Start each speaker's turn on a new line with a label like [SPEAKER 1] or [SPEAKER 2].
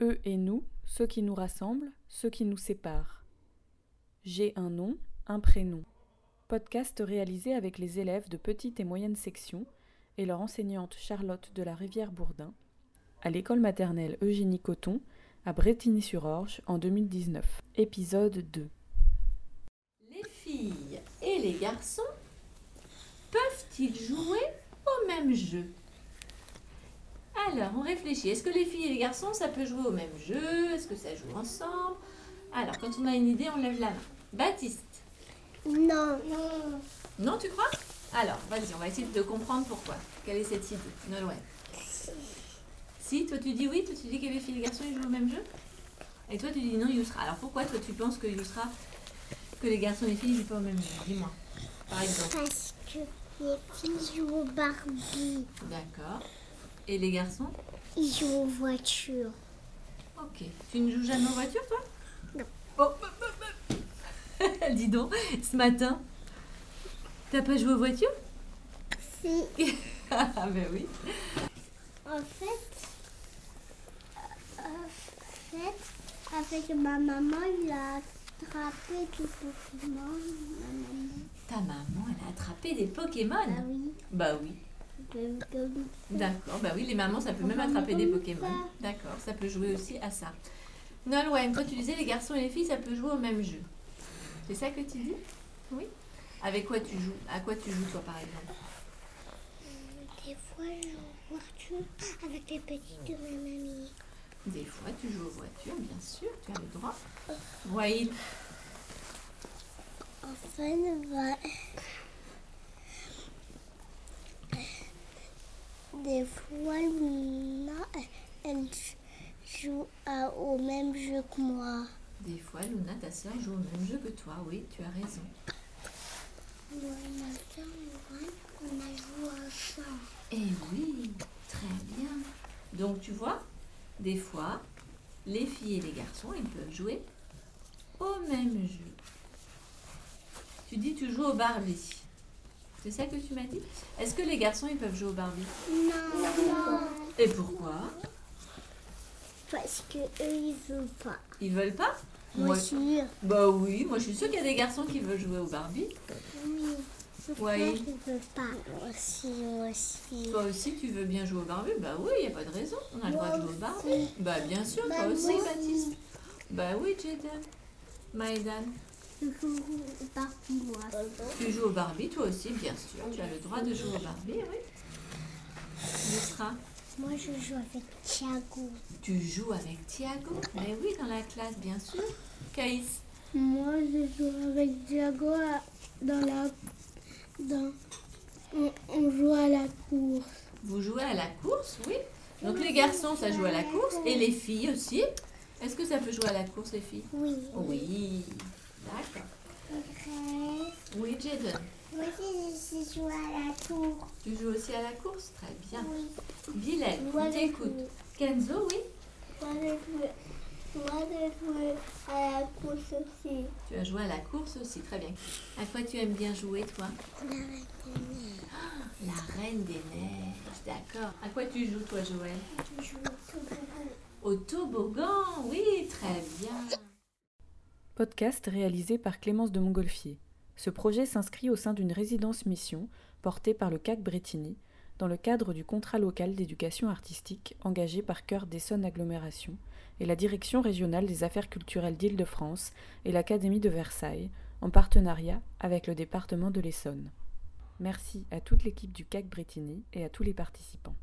[SPEAKER 1] eux et nous, ceux qui nous rassemblent, ceux qui nous séparent. J'ai un nom, un prénom. Podcast réalisé avec les élèves de petite et moyenne section et leur enseignante Charlotte de la Rivière Bourdin à l'école maternelle Eugénie Coton à Bretigny-sur-Orge en 2019. Épisode 2.
[SPEAKER 2] Les filles et les garçons peuvent-ils jouer au même jeu Alors, on réfléchit. Est-ce que les filles et les garçons, ça peut jouer au même jeu Est-ce que ça joue ensemble Alors, quand on a une idée, on lève la main. Baptiste
[SPEAKER 3] Non.
[SPEAKER 2] Non, tu crois Alors, vas-y, on va essayer de comprendre pourquoi. Quelle est cette idée Nolwenn Si, toi tu dis oui, toi tu dis que les filles et les garçons, ils jouent au même jeu Et toi tu dis non, Yousra. Alors, pourquoi toi tu penses que Yousra, que les garçons et les filles, ils jouent pas au même jeu Dis-moi, par exemple.
[SPEAKER 3] Parce que les filles jouent aux Barbie.
[SPEAKER 2] D'accord. Et les garçons
[SPEAKER 3] Ils jouent aux voitures.
[SPEAKER 2] Ok. Tu ne joues jamais en voiture, toi
[SPEAKER 3] Non.
[SPEAKER 2] Oh, bah, bah, bah. Dis donc, ce matin, t'as pas joué aux voitures
[SPEAKER 3] Si.
[SPEAKER 2] Ah, ben oui.
[SPEAKER 3] En fait, en fait, avec ma maman, il a attrapé tout Pokémon. Ma maman.
[SPEAKER 2] Ta maman, elle a attrapé des Pokémon.
[SPEAKER 3] Ah oui.
[SPEAKER 2] Bah oui.
[SPEAKER 3] Comme- comme-
[SPEAKER 2] D'accord. Bah oui, les mamans, ça peut même
[SPEAKER 3] Maman,
[SPEAKER 2] attraper des
[SPEAKER 3] comme
[SPEAKER 2] Pokémon.
[SPEAKER 3] ça.
[SPEAKER 2] D'accord. Ça peut jouer aussi à ça. Nolwenn, toi, tu disais les garçons et les filles, ça peut jouer au même jeu. C'est ça que tu dis Oui. Avec quoi tu joues À quoi tu joues, toi, par exemple
[SPEAKER 3] Des fois, je joue aux voitures avec les petits de ma mamie.
[SPEAKER 2] Des fois, tu joues aux voitures, bien sûr, tu as le droit. Waïl,
[SPEAKER 3] Enfin, va... des fois, Luna, elle joue à- au même jeu que moi.
[SPEAKER 2] des fois, Luna, ta sœur, joue au même jeu que toi. Oui, tu as raison.
[SPEAKER 3] Moi et ma soeur, on a joué ensemble.
[SPEAKER 2] Eh oui, très bien. Donc, tu vois, des fois, les filles et les garçons, ils peuvent jouer au même jeu. Tu dis, tu joues au Barbie. C'est ça que tu m'as dit Est-ce que les garçons, ils peuvent jouer au Barbie
[SPEAKER 3] Non,
[SPEAKER 2] Et pourquoi
[SPEAKER 3] Parce que eux, ils jouent pas.
[SPEAKER 2] Ils veulent pas
[SPEAKER 3] Moi, hein.
[SPEAKER 2] Moi-
[SPEAKER 3] sûr.
[SPEAKER 2] Bah oui, moi je suis sûre qu'il y a des garçons qui veulent jouer au Barbie.
[SPEAKER 3] Oui. Mon
[SPEAKER 2] Ouais.
[SPEAKER 3] frère, il veut pas. Moi aussi, moi aussi.
[SPEAKER 2] Toi aussi, tu veux bien jouer au Barbie Bah oui, il n'y a pas de raison. On a le
[SPEAKER 3] Moi
[SPEAKER 2] droit de jouer au Barbie. Bah bien sûr,
[SPEAKER 3] Bah,
[SPEAKER 2] toi
[SPEAKER 3] moi
[SPEAKER 2] aussi,
[SPEAKER 3] aussi.
[SPEAKER 2] Baptiste. Bah oui, Jaden. Maïdan,
[SPEAKER 3] Je joue au Barbie, moi.
[SPEAKER 2] tu joues au Barbie, toi aussi, bien sûr. Tu as le droit de jouer au Barbie, oui. Yusra,
[SPEAKER 3] Moi, je joue avec Thiago.
[SPEAKER 2] tu joues avec Thiago Mais oui, dans la classe, bien sûr. Caïs,
[SPEAKER 3] Moi, je joue avec Diago à- dans la. Dans, on, on joue à la course.
[SPEAKER 2] vous jouez à la course, oui. Donc les garçons, ça joue à la course. Et les filles aussi. Est-ce que ça peut jouer à la course, les filles
[SPEAKER 3] Oui.
[SPEAKER 2] Oui. D'accord. Oui, Jaden.
[SPEAKER 3] Moi aussi, je joue à la tour.
[SPEAKER 2] Tu joues aussi à la course Très bien.
[SPEAKER 3] Oui.
[SPEAKER 2] Bilal,
[SPEAKER 3] Moi,
[SPEAKER 2] on
[SPEAKER 3] je
[SPEAKER 2] t'écoute. Kenzo, oui
[SPEAKER 3] Moi, je joue, moi, je joue à la course aussi.
[SPEAKER 2] Tu as joué à la course aussi, très bien. À quoi tu aimes bien jouer, toi La reine des neiges, d'accord. À quoi tu joues, toi, Joël
[SPEAKER 3] Je joue au
[SPEAKER 2] Au toboggan, oui, très bien.
[SPEAKER 1] Podcast réalisé par Clémence de Montgolfier. Ce projet s'inscrit au sein d'une résidence mission portée par le CAC Bretigny dans le cadre du contrat local d'éducation artistique engagé par Cœur d'Essonne Agglomération et la Direction régionale des affaires culturelles d'Île-de-France et l'Académie de Versailles en partenariat avec le département de l'Essonne. Merci à toute l'équipe du CAC Bretigny et à tous les participants.